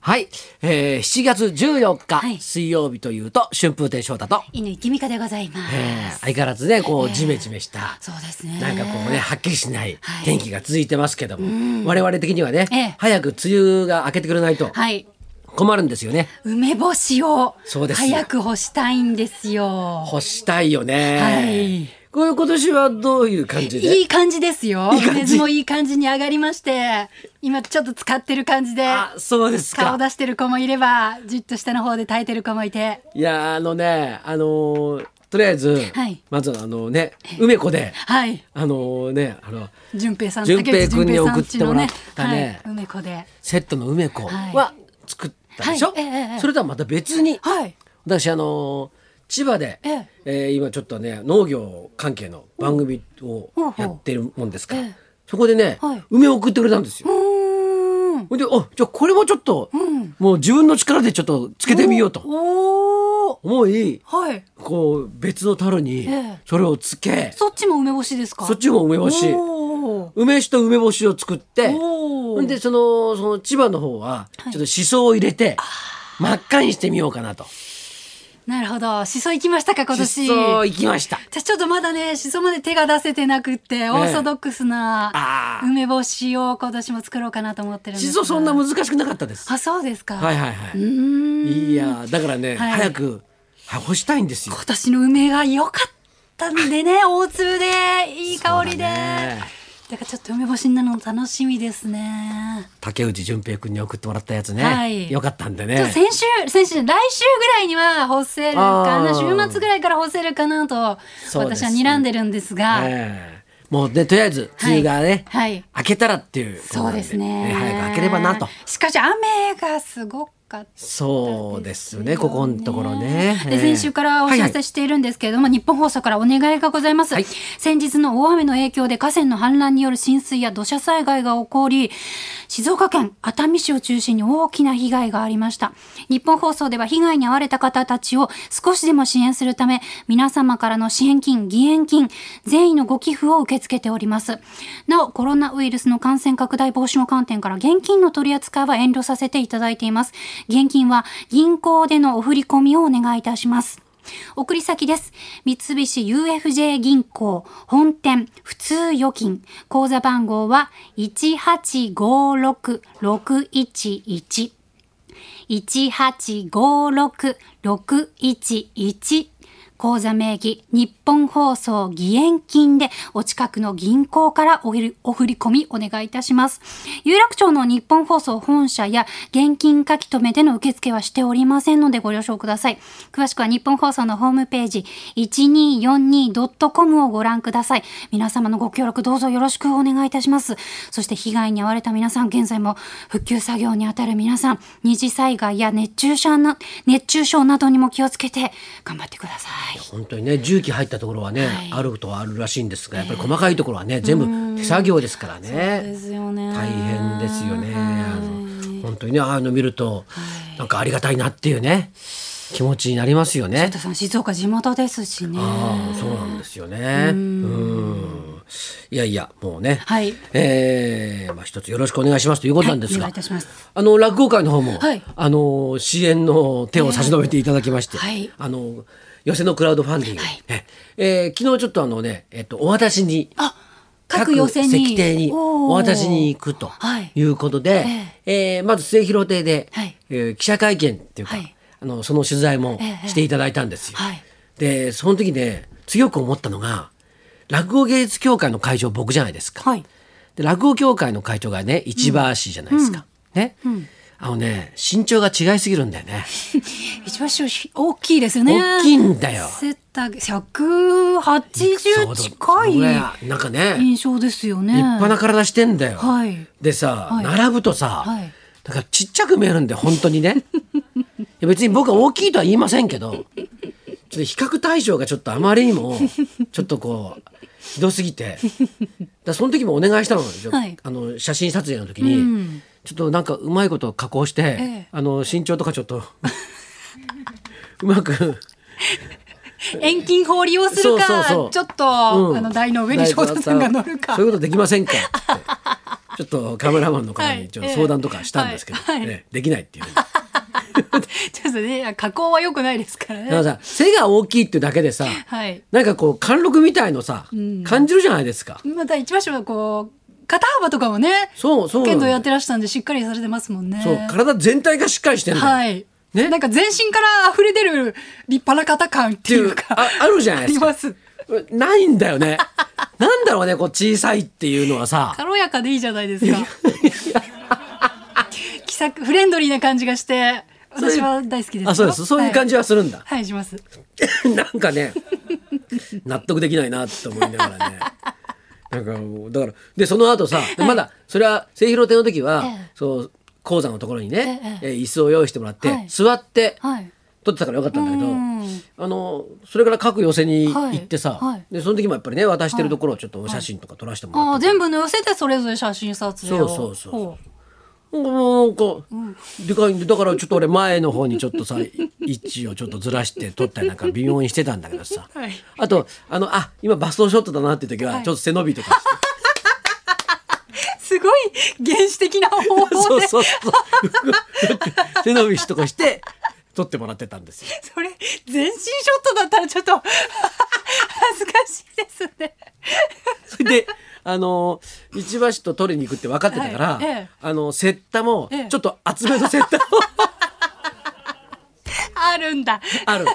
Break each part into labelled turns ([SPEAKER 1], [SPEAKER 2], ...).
[SPEAKER 1] はい、えー、7月14日、
[SPEAKER 2] はい
[SPEAKER 1] 水曜日というと春風亭昇太と、
[SPEAKER 2] 犬池美香でございま
[SPEAKER 1] え
[SPEAKER 2] す。
[SPEAKER 1] ー相変わらずねこう
[SPEAKER 2] ええ
[SPEAKER 1] ジメジメした、
[SPEAKER 2] そうですね。
[SPEAKER 1] なんかこうねはっきりしない
[SPEAKER 2] はい
[SPEAKER 1] 天気が続いてますけども、我々的にはね、
[SPEAKER 2] ええ
[SPEAKER 1] 早く梅雨が明けてくれないと
[SPEAKER 2] はい。
[SPEAKER 1] 困るんですよね。
[SPEAKER 2] 梅干しを
[SPEAKER 1] そうです
[SPEAKER 2] 早く干したいんですよ。
[SPEAKER 1] 干したいよね。
[SPEAKER 2] はい
[SPEAKER 1] これ今年はどういう感じで
[SPEAKER 2] いい感じですよ。
[SPEAKER 1] い感じ
[SPEAKER 2] 梅酢もいい感じに上がりまして、今ちょっと使ってる感じで、
[SPEAKER 1] あそうですか。
[SPEAKER 2] 顔出してる子もいれば、じっと下の方で耐えてる子もいて。
[SPEAKER 1] いやあのねあのーとりあえず、
[SPEAKER 2] はい
[SPEAKER 1] まずあのね梅子で
[SPEAKER 2] はい。
[SPEAKER 1] あのねあの
[SPEAKER 2] 順平さん、
[SPEAKER 1] 順平君に
[SPEAKER 2] 竹内順平さん
[SPEAKER 1] 送っ
[SPEAKER 2] ちのね
[SPEAKER 1] てもらったね
[SPEAKER 2] はい、梅子で。
[SPEAKER 1] セットの梅子
[SPEAKER 2] はい
[SPEAKER 1] は作ったでしょ、
[SPEAKER 2] はいええええ
[SPEAKER 1] それとはまた別に
[SPEAKER 2] はい。
[SPEAKER 1] 私あのー千葉で、
[SPEAKER 2] え
[SPEAKER 1] え
[SPEAKER 2] え
[SPEAKER 1] ー今ちょっとね農業関係の番組を
[SPEAKER 2] ほうほう
[SPEAKER 1] やってるもんですから、
[SPEAKER 2] ええ
[SPEAKER 1] そこでね、
[SPEAKER 2] はい
[SPEAKER 1] 梅を送ってくれたんですよ。
[SPEAKER 2] うーん。
[SPEAKER 1] ほんであじゃあこれもちょっと、
[SPEAKER 2] ん
[SPEAKER 1] もう自分の力でちょっとつけてみようと
[SPEAKER 2] おお
[SPEAKER 1] 思い
[SPEAKER 2] ー。はい。
[SPEAKER 1] こう別の樽に
[SPEAKER 2] ええ
[SPEAKER 1] それをつけ、
[SPEAKER 2] そっちも梅干しですか
[SPEAKER 1] そっちも梅干し
[SPEAKER 2] おー
[SPEAKER 1] 梅酒と梅干しを作って
[SPEAKER 2] お
[SPEAKER 1] ほ
[SPEAKER 2] ー
[SPEAKER 1] んでそのその千葉の方はちょ
[SPEAKER 2] い
[SPEAKER 1] っとしそを入れて真っ赤にしてみようかなと
[SPEAKER 2] なるほど。しそ行きましたか、今年。
[SPEAKER 1] しそ行きました
[SPEAKER 2] 私ちょっとまだね、しそまで手が出せてなくって、オーソドックス
[SPEAKER 1] あ
[SPEAKER 2] な
[SPEAKER 1] ー
[SPEAKER 2] 梅干しを今年も作ろうかなと思ってるんです
[SPEAKER 1] し
[SPEAKER 2] が。
[SPEAKER 1] そそんな難しくなかったですは
[SPEAKER 2] あ、そうですか。
[SPEAKER 1] いはいは
[SPEAKER 2] うーん。
[SPEAKER 1] いいやーだからね
[SPEAKER 2] はい
[SPEAKER 1] 早くは干したいんですよ
[SPEAKER 2] 今年の梅が良かったん でね、大粒で、いい香り
[SPEAKER 1] そう
[SPEAKER 2] で。
[SPEAKER 1] だね
[SPEAKER 2] だからちょっと梅干しになるの楽しみですね。
[SPEAKER 1] 竹内純平君に送ってもらったやつ
[SPEAKER 2] は
[SPEAKER 1] ね
[SPEAKER 2] い
[SPEAKER 1] よかったんで
[SPEAKER 2] ちょっと
[SPEAKER 1] ね
[SPEAKER 2] 先週、先週、来週ぐらいには干せるか
[SPEAKER 1] あ
[SPEAKER 2] な、週
[SPEAKER 1] ー
[SPEAKER 2] 末ぐらいから干せるかなと、
[SPEAKER 1] そうです
[SPEAKER 2] 私は睨んでるんですが、
[SPEAKER 1] ええもうねとりあえず梅雨がね
[SPEAKER 2] はいはい
[SPEAKER 1] 明けたらっていうこと
[SPEAKER 2] そ
[SPEAKER 1] な
[SPEAKER 2] うんですね。
[SPEAKER 1] 早く明ければなと
[SPEAKER 2] しかし雨がすごかった。
[SPEAKER 1] そうですねここのところね
[SPEAKER 2] で先週からお知らせしているんですけれども、日本放送からお願いがございます、
[SPEAKER 1] はい
[SPEAKER 2] 先日の大雨の影響で河川の氾濫による浸水や土砂災害が起こり静岡県熱海市を中心に大きな被害がありました日本放送では被害に遭われた方たちを少しでも支援するため皆様からの支援金義援金善意のご寄付を受け付けておりますなおコロナウイルスの感染拡大防止の観点から現金の取り扱いは遠慮させていただいています現金は銀行でのお振り込みをお願いいたします送り先です。三菱 UFJ 銀行本店普通預金口座番号は1856611 1856611口座名義日本放送義援金でお近くの銀行からおひお振り込みお願いいたします有楽町の日本放送本社や現金書き留めでの受付はしておりませんのでご了承ください詳しくは日本放送のホームページ 1242.com をご覧ください皆様のご協力どうぞよろしくお願いいたしますそして被害に遭われた皆さん現在も復旧作業にあたる皆さん二次災害や熱中症な熱中症などにも気をつけて頑張ってください
[SPEAKER 1] 本当にね重機入ったところはね、
[SPEAKER 2] はい
[SPEAKER 1] あることはあるらしいんですがやっぱり細かいところはね、全部手作業ですからね
[SPEAKER 2] すよね
[SPEAKER 1] 大変ですよね、あ
[SPEAKER 2] は
[SPEAKER 1] の本当にねああいうの見ると、
[SPEAKER 2] い
[SPEAKER 1] なんかありがたいなっていうね気持ちになりますよ
[SPEAKER 2] い
[SPEAKER 1] ね
[SPEAKER 2] 田さん静岡地元ですしね
[SPEAKER 1] ああそうなんですよねうんいやいやもうね、
[SPEAKER 2] はい
[SPEAKER 1] えーまあ、一つよろしくお願いしますということなんです
[SPEAKER 2] はいお
[SPEAKER 1] が、
[SPEAKER 2] 願いいたします
[SPEAKER 1] あの落語会の方も、
[SPEAKER 2] はい
[SPEAKER 1] あの支援の手を差し伸べていただきまして、
[SPEAKER 2] ええはい
[SPEAKER 1] あの寄せのクラウドファンディング、
[SPEAKER 2] はい
[SPEAKER 1] ええー昨日ちょっとあのね、えっと、お渡しに
[SPEAKER 2] あ各寄席に
[SPEAKER 1] 各席亭に
[SPEAKER 2] おー
[SPEAKER 1] お渡しに行くと
[SPEAKER 2] はい
[SPEAKER 1] いうことで、えーまず末広亭で、
[SPEAKER 2] はい
[SPEAKER 1] えー記者会見っていうか、
[SPEAKER 2] はい
[SPEAKER 1] あのその取材も
[SPEAKER 2] ええ
[SPEAKER 1] していただいたんですよ。
[SPEAKER 2] はい
[SPEAKER 1] でその時ね強く思ったのが落語芸術協会の会長僕じゃないですか。
[SPEAKER 2] はい
[SPEAKER 1] で落語協会の会長がね市場氏じゃないですか。ね、あのね身長が違いすぎるんだよね。
[SPEAKER 2] 一番大きいですよね
[SPEAKER 1] 大きいんだよ
[SPEAKER 2] 背丈180近
[SPEAKER 1] そう
[SPEAKER 2] い
[SPEAKER 1] だこれなんかね
[SPEAKER 2] 印象ですよね
[SPEAKER 1] 立派な体してんだよ。
[SPEAKER 2] はい
[SPEAKER 1] でさ、
[SPEAKER 2] はい
[SPEAKER 1] 並ぶとさ、
[SPEAKER 2] はい
[SPEAKER 1] だからちっちゃく見えるんだよ本当に ね。いや別に僕は大きいとは言いませんけどちょっと比較対象がちょっとあまりにもちょっとこうひどすぎてだからその時もお願いしたの、
[SPEAKER 2] はい
[SPEAKER 1] あの写真撮影の時に、
[SPEAKER 2] うん
[SPEAKER 1] ちょっとなんかうまいこと加工して、
[SPEAKER 2] え
[SPEAKER 1] あの身長とかちょっとうまく。
[SPEAKER 2] 遠近法を利用するか
[SPEAKER 1] そうそうそう
[SPEAKER 2] ちょっと、
[SPEAKER 1] うん
[SPEAKER 2] あの台の上に
[SPEAKER 1] 台
[SPEAKER 2] 翔太さんが乗るか
[SPEAKER 1] そういうことできませんかってちょっとカメラマンの方にちょっと相談とかしたんですけど、
[SPEAKER 2] はいええはい
[SPEAKER 1] ねできないっていうふうに
[SPEAKER 2] ちょっとね、加工は良くないですから
[SPEAKER 1] だから
[SPEAKER 2] ね。
[SPEAKER 1] さ背が大きいっていうだけでさ
[SPEAKER 2] はい。
[SPEAKER 1] なんかこう貫禄みたいのさ、感じるじゃないですか。
[SPEAKER 2] また一番下はこう、肩幅とかもね、
[SPEAKER 1] そうそうなん
[SPEAKER 2] 剣道
[SPEAKER 1] だ
[SPEAKER 2] や
[SPEAKER 1] よ
[SPEAKER 2] ってらしたんでしっかりされてますもんね。
[SPEAKER 1] そう体全体がしっかりしてんだよ、っ
[SPEAKER 2] はい。
[SPEAKER 1] ね
[SPEAKER 2] なんか全身から溢れ出る立派な方感って
[SPEAKER 1] て
[SPEAKER 2] い
[SPEAKER 1] いうう
[SPEAKER 2] か、
[SPEAKER 1] ああるじゃな
[SPEAKER 2] あ
[SPEAKER 1] いで
[SPEAKER 2] り
[SPEAKER 1] すか
[SPEAKER 2] ま。す。
[SPEAKER 1] ないんだよね。なんだろうねこう小さいっていうのはさ。
[SPEAKER 2] 軽やかでいいじゃないですか。気さく、フレンドリーな感じがして、
[SPEAKER 1] そういう
[SPEAKER 2] 私は大好きですよ。
[SPEAKER 1] あそうですそういう感
[SPEAKER 2] じ。
[SPEAKER 1] じはするんだ。
[SPEAKER 2] はい、します。
[SPEAKER 1] なんかね納得できないなって思いながらね。なんかもうだからでその後さ、でまだそれは清弘亭の時は、
[SPEAKER 2] ええ
[SPEAKER 1] そう講座のところにね、
[SPEAKER 2] え
[SPEAKER 1] えー椅子を用意してもらって、
[SPEAKER 2] はい
[SPEAKER 1] 座って
[SPEAKER 2] はい。
[SPEAKER 1] 撮ってたからよかったんだけど。
[SPEAKER 2] うん
[SPEAKER 1] あのそれから各寄せに
[SPEAKER 2] は
[SPEAKER 1] 行
[SPEAKER 2] い
[SPEAKER 1] ってさ、
[SPEAKER 2] はい
[SPEAKER 1] でその時もやっぱりね渡してるところをちょっとお写真とか撮らせてもらって、
[SPEAKER 2] ああ、全部の寄せてそれぞれ写真撮影を。
[SPEAKER 1] そうそうそうそう
[SPEAKER 2] ほ
[SPEAKER 1] なんかもうなんかでかいんでだからちょっと俺前の方にちょっとさ位置をちょっとずらして撮ったりなんか微妙にしてたんだけどさ、
[SPEAKER 2] はい
[SPEAKER 1] あとあのあ今バストショットだなっていう時はち
[SPEAKER 2] は
[SPEAKER 1] ょ
[SPEAKER 2] い
[SPEAKER 1] っと背伸びと かして、
[SPEAKER 2] すごい原始的な方法で。
[SPEAKER 1] そうそうそう 背伸びしとかして撮ってもらってたんですよ。
[SPEAKER 2] それ全身ショットだったらちょっと恥ずかしいですね。
[SPEAKER 1] それであの一橋と取りに行くって分かってたから、
[SPEAKER 2] はいええ
[SPEAKER 1] あのセッタも
[SPEAKER 2] ええ
[SPEAKER 1] ちょっと厚めのセッタも
[SPEAKER 2] あるんだ。
[SPEAKER 1] ある。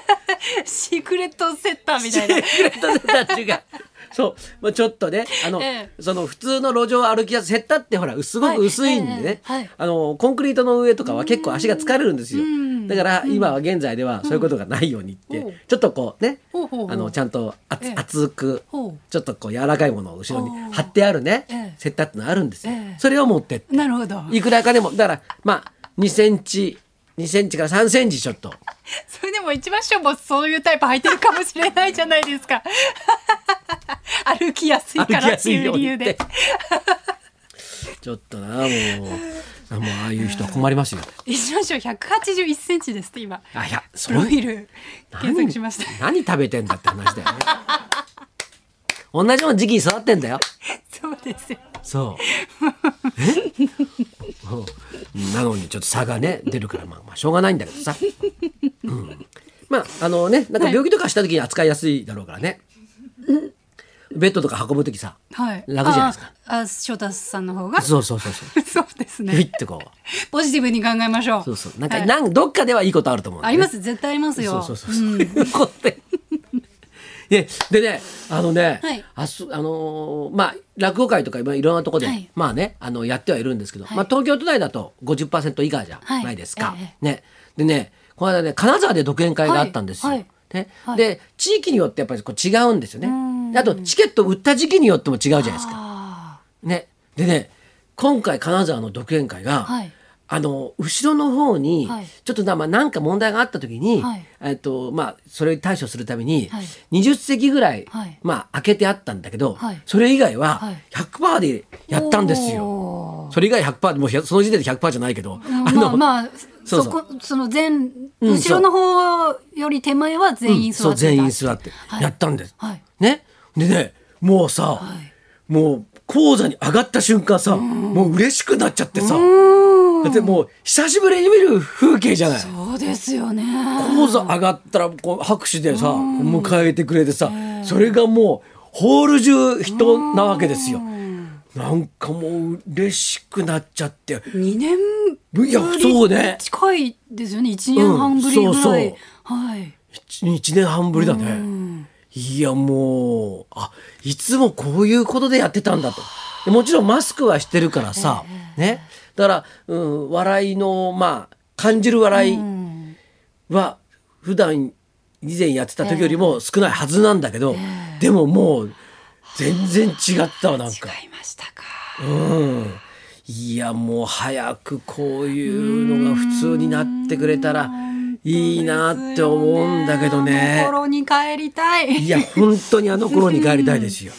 [SPEAKER 2] シークレットセッターみたいな。
[SPEAKER 1] シークレットセッターっていうか そう、まあ、ちょっとねあの、
[SPEAKER 2] え
[SPEAKER 1] その普通の路上を歩きやすいセッターってほらすごく薄いんで
[SPEAKER 2] はいええ
[SPEAKER 1] ね、
[SPEAKER 2] はい
[SPEAKER 1] あのコンクリートの上とかは結構足が疲れるんですよ
[SPEAKER 2] うん
[SPEAKER 1] だから今は現在ではそういうことがないようにって、
[SPEAKER 2] うん
[SPEAKER 1] ちょっとこうね
[SPEAKER 2] ほうほうほう
[SPEAKER 1] あのちゃんと厚,、
[SPEAKER 2] ええ
[SPEAKER 1] 厚く
[SPEAKER 2] ほう
[SPEAKER 1] ちょっとこう柔らかいものを後ろ
[SPEAKER 2] ほう
[SPEAKER 1] に貼ってあるね、
[SPEAKER 2] ええ
[SPEAKER 1] セッターってのあるんですよ、
[SPEAKER 2] ええ
[SPEAKER 1] それを持ってって
[SPEAKER 2] なるほど。
[SPEAKER 1] いくらかでもだからまあ2センチ2センチから3センチちょっと。
[SPEAKER 2] それでも一番しょもそういうタイプ履いてるかもしれないじゃないですか。 歩きやすいからっていう理由 で。
[SPEAKER 1] ちょっとなもうあもうああいう人は困りますよ。
[SPEAKER 2] 一番しょ181センチですって今。
[SPEAKER 1] あいやそ
[SPEAKER 2] プロフ
[SPEAKER 1] う
[SPEAKER 2] ィ
[SPEAKER 1] いう
[SPEAKER 2] ール検索
[SPEAKER 1] 何
[SPEAKER 2] しました。
[SPEAKER 1] 何食べてんだって話だよね。同じような時期に育ってんだよ。
[SPEAKER 2] そうですよ。
[SPEAKER 1] そう。えもうなのにちょっと差がね出るからまあまあしょうがないんだけどさ。うん、まああのねなんか病気とかした時に扱いやすいだろうからね。ベッドとか運ぶ時さ。
[SPEAKER 2] はい。
[SPEAKER 1] 楽じゃないですか
[SPEAKER 2] あ。あ、翔太さんの方が。そ
[SPEAKER 1] そうそうそうそう。
[SPEAKER 2] うです
[SPEAKER 1] ひっ
[SPEAKER 2] ね。
[SPEAKER 1] てこう。
[SPEAKER 2] ポジティブに考えましょう。
[SPEAKER 1] そうそう。なんか、
[SPEAKER 2] はい
[SPEAKER 1] なんどっかではいいことあると思うんだ
[SPEAKER 2] あ
[SPEAKER 1] よ
[SPEAKER 2] り
[SPEAKER 1] ね、
[SPEAKER 2] ます絶対ありますよ。
[SPEAKER 1] そうそうそうそう。いうことで。 ででねあのね、
[SPEAKER 2] はい
[SPEAKER 1] あすあのーまあ落語会とか今いろんなとこで、
[SPEAKER 2] はい
[SPEAKER 1] まあねあのやってはいるんですけど、
[SPEAKER 2] はい
[SPEAKER 1] まあ東京都内だと50%以下じゃ
[SPEAKER 2] はい
[SPEAKER 1] ないですか。
[SPEAKER 2] ええ
[SPEAKER 1] ねでねこの間ね金沢で独演会があったんですよ。
[SPEAKER 2] はいはい
[SPEAKER 1] ね
[SPEAKER 2] はい
[SPEAKER 1] で地域によってやっぱりこう違うんですよ
[SPEAKER 2] ん
[SPEAKER 1] ね。であとチケット売った時期によっても違うじゃないですか。
[SPEAKER 2] あ
[SPEAKER 1] ね、でね今回金沢の独演会が、
[SPEAKER 2] はい
[SPEAKER 1] あの後ろの方に、
[SPEAKER 2] はい
[SPEAKER 1] ちょっとな,、まあ、なんか問題があった時に、
[SPEAKER 2] はい
[SPEAKER 1] えっとまあ、それに対処するために、
[SPEAKER 2] はい
[SPEAKER 1] 20席ぐらい、
[SPEAKER 2] はい
[SPEAKER 1] まあ、開けてあったんだけど、
[SPEAKER 2] はい
[SPEAKER 1] それ以外
[SPEAKER 2] は
[SPEAKER 1] はい100%で
[SPEAKER 2] ー
[SPEAKER 1] やったんですよ。
[SPEAKER 2] おー
[SPEAKER 1] それ以外100%もうひゃその時点で100%じゃないけど、あ
[SPEAKER 2] まあ
[SPEAKER 1] の
[SPEAKER 2] まあ
[SPEAKER 1] そう
[SPEAKER 2] そ
[SPEAKER 1] そう
[SPEAKER 2] こその前
[SPEAKER 1] うん
[SPEAKER 2] 後ろの方より手前は全員座ってた、
[SPEAKER 1] そう全員座って
[SPEAKER 2] はい
[SPEAKER 1] やったんです。
[SPEAKER 2] はい
[SPEAKER 1] ね、でねもうさ、
[SPEAKER 2] はい
[SPEAKER 1] もう講座に上がった瞬間さ、もう嬉しくなっちゃってさ、
[SPEAKER 2] うーん
[SPEAKER 1] だってもう久しぶりに見る風景じゃない。
[SPEAKER 2] そうですよね。
[SPEAKER 1] 講座上がったらこう拍手でさ迎えてくれてさそれがもうホール中人なわけですよ。なんかもう嬉しくなっちゃって
[SPEAKER 2] 二年ぶり
[SPEAKER 1] いやそうね
[SPEAKER 2] 近いですよね一年半ぶりぐらい、
[SPEAKER 1] うんそうそう
[SPEAKER 2] はい
[SPEAKER 1] 1年半ぶりだね。いやもうあいつもこういうことでやってたんだと。でもちろんマスクはしてるからさ、ね、だから、うん、笑いのまあ感じる笑い
[SPEAKER 2] うん
[SPEAKER 1] は普段以前やってた時よりも少ないはずなんだけど、でももう全然違ったわなんか。
[SPEAKER 2] 違いましたか。
[SPEAKER 1] うん、いやもう早くこういうのが普通になってくれたらいいなって思うんだけどね。
[SPEAKER 2] 心に帰りたい。
[SPEAKER 1] いや本当にあの頃に帰りたいですよ。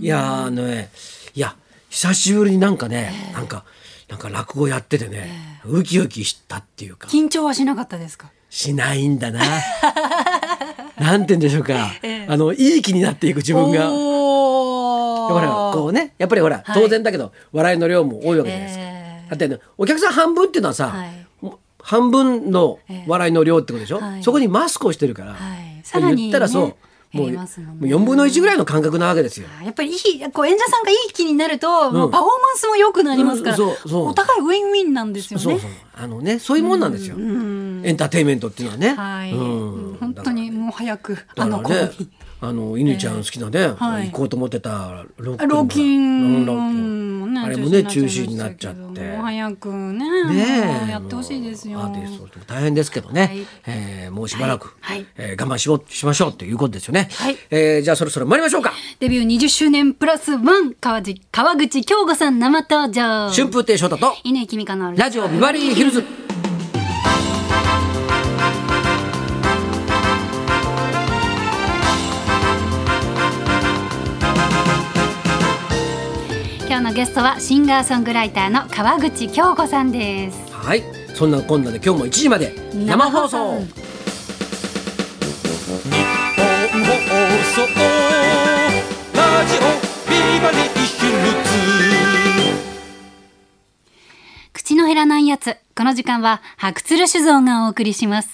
[SPEAKER 1] いやあのねいや久しぶりになんかね、なんかなんか落語やっててね、ウキウキしたっていうか。
[SPEAKER 2] 緊張はしなかったですか。
[SPEAKER 1] しないんだな。 なんて言うんでしょうか。
[SPEAKER 2] ええ
[SPEAKER 1] あの、いい気になっていく自分が。
[SPEAKER 2] おお
[SPEAKER 1] だからこうねやっぱりほら、
[SPEAKER 2] はい
[SPEAKER 1] 当然だけど笑いの量も多いわけじゃないですか、
[SPEAKER 2] え
[SPEAKER 1] だってねお客さん半分っていうのはさ、
[SPEAKER 2] はい
[SPEAKER 1] もう半分の笑いの量ってことでしょ、
[SPEAKER 2] はい
[SPEAKER 1] そこにマスクをしてるから、
[SPEAKER 2] はいさらにね
[SPEAKER 1] 言ったらそうもう
[SPEAKER 2] 減りますもんね
[SPEAKER 1] 4分の1ぐらいの感覚なわけですよ。
[SPEAKER 2] ーやっぱりいいこう演者さんがいい気になると、もうパフォーマンスも良くなりますか
[SPEAKER 1] うん
[SPEAKER 2] ら、
[SPEAKER 1] そうそう
[SPEAKER 2] お互いウィンウィンなんですよね。
[SPEAKER 1] そうそうあのねそういうもんなんですよ、エンターテインメントっていうのはね。
[SPEAKER 2] はい、
[SPEAKER 1] うん
[SPEAKER 2] 本当にもう早く、
[SPEAKER 1] だ
[SPEAKER 2] あ
[SPEAKER 1] から
[SPEAKER 2] の頃
[SPEAKER 1] ね
[SPEAKER 2] に。
[SPEAKER 1] あの犬ちゃん好きなね、
[SPEAKER 2] はい
[SPEAKER 1] 行こうと思ってたロ
[SPEAKER 2] あロキン
[SPEAKER 1] ロ
[SPEAKER 2] も
[SPEAKER 1] ン
[SPEAKER 2] ね
[SPEAKER 1] あれもね中
[SPEAKER 2] 中
[SPEAKER 1] 止
[SPEAKER 2] 止
[SPEAKER 1] に
[SPEAKER 2] に
[SPEAKER 1] な
[SPEAKER 2] な
[SPEAKER 1] っ
[SPEAKER 2] っ
[SPEAKER 1] ち
[SPEAKER 2] ち
[SPEAKER 1] ゃ
[SPEAKER 2] ゃ
[SPEAKER 1] っ
[SPEAKER 2] い
[SPEAKER 1] て
[SPEAKER 2] てましたけどもう
[SPEAKER 1] ね
[SPEAKER 2] 早くねもうやってほしいですよ。
[SPEAKER 1] アーティストとか大変ですけどね、
[SPEAKER 2] はい
[SPEAKER 1] えーもうしばらく、
[SPEAKER 2] はいはい
[SPEAKER 1] えー我慢しろしましょうということですよね、
[SPEAKER 2] はい
[SPEAKER 1] えーじゃあそろそろ参りましょうか
[SPEAKER 2] デビュー20周年プラスワン川口川口京子さん生登場。
[SPEAKER 1] 春風亭昇太と
[SPEAKER 2] 犬木美香の
[SPEAKER 1] ラジオビバリーヒルズ
[SPEAKER 2] 今日のゲストはシンガーソングライターの川口京子さんです。
[SPEAKER 1] はいそんなこんなで今日も1時まで生放送
[SPEAKER 2] 生放送
[SPEAKER 3] 日本放送ラジオビバリーヒルズ」
[SPEAKER 2] 口の減らないやつこの時間は白鶴酒造がお送りします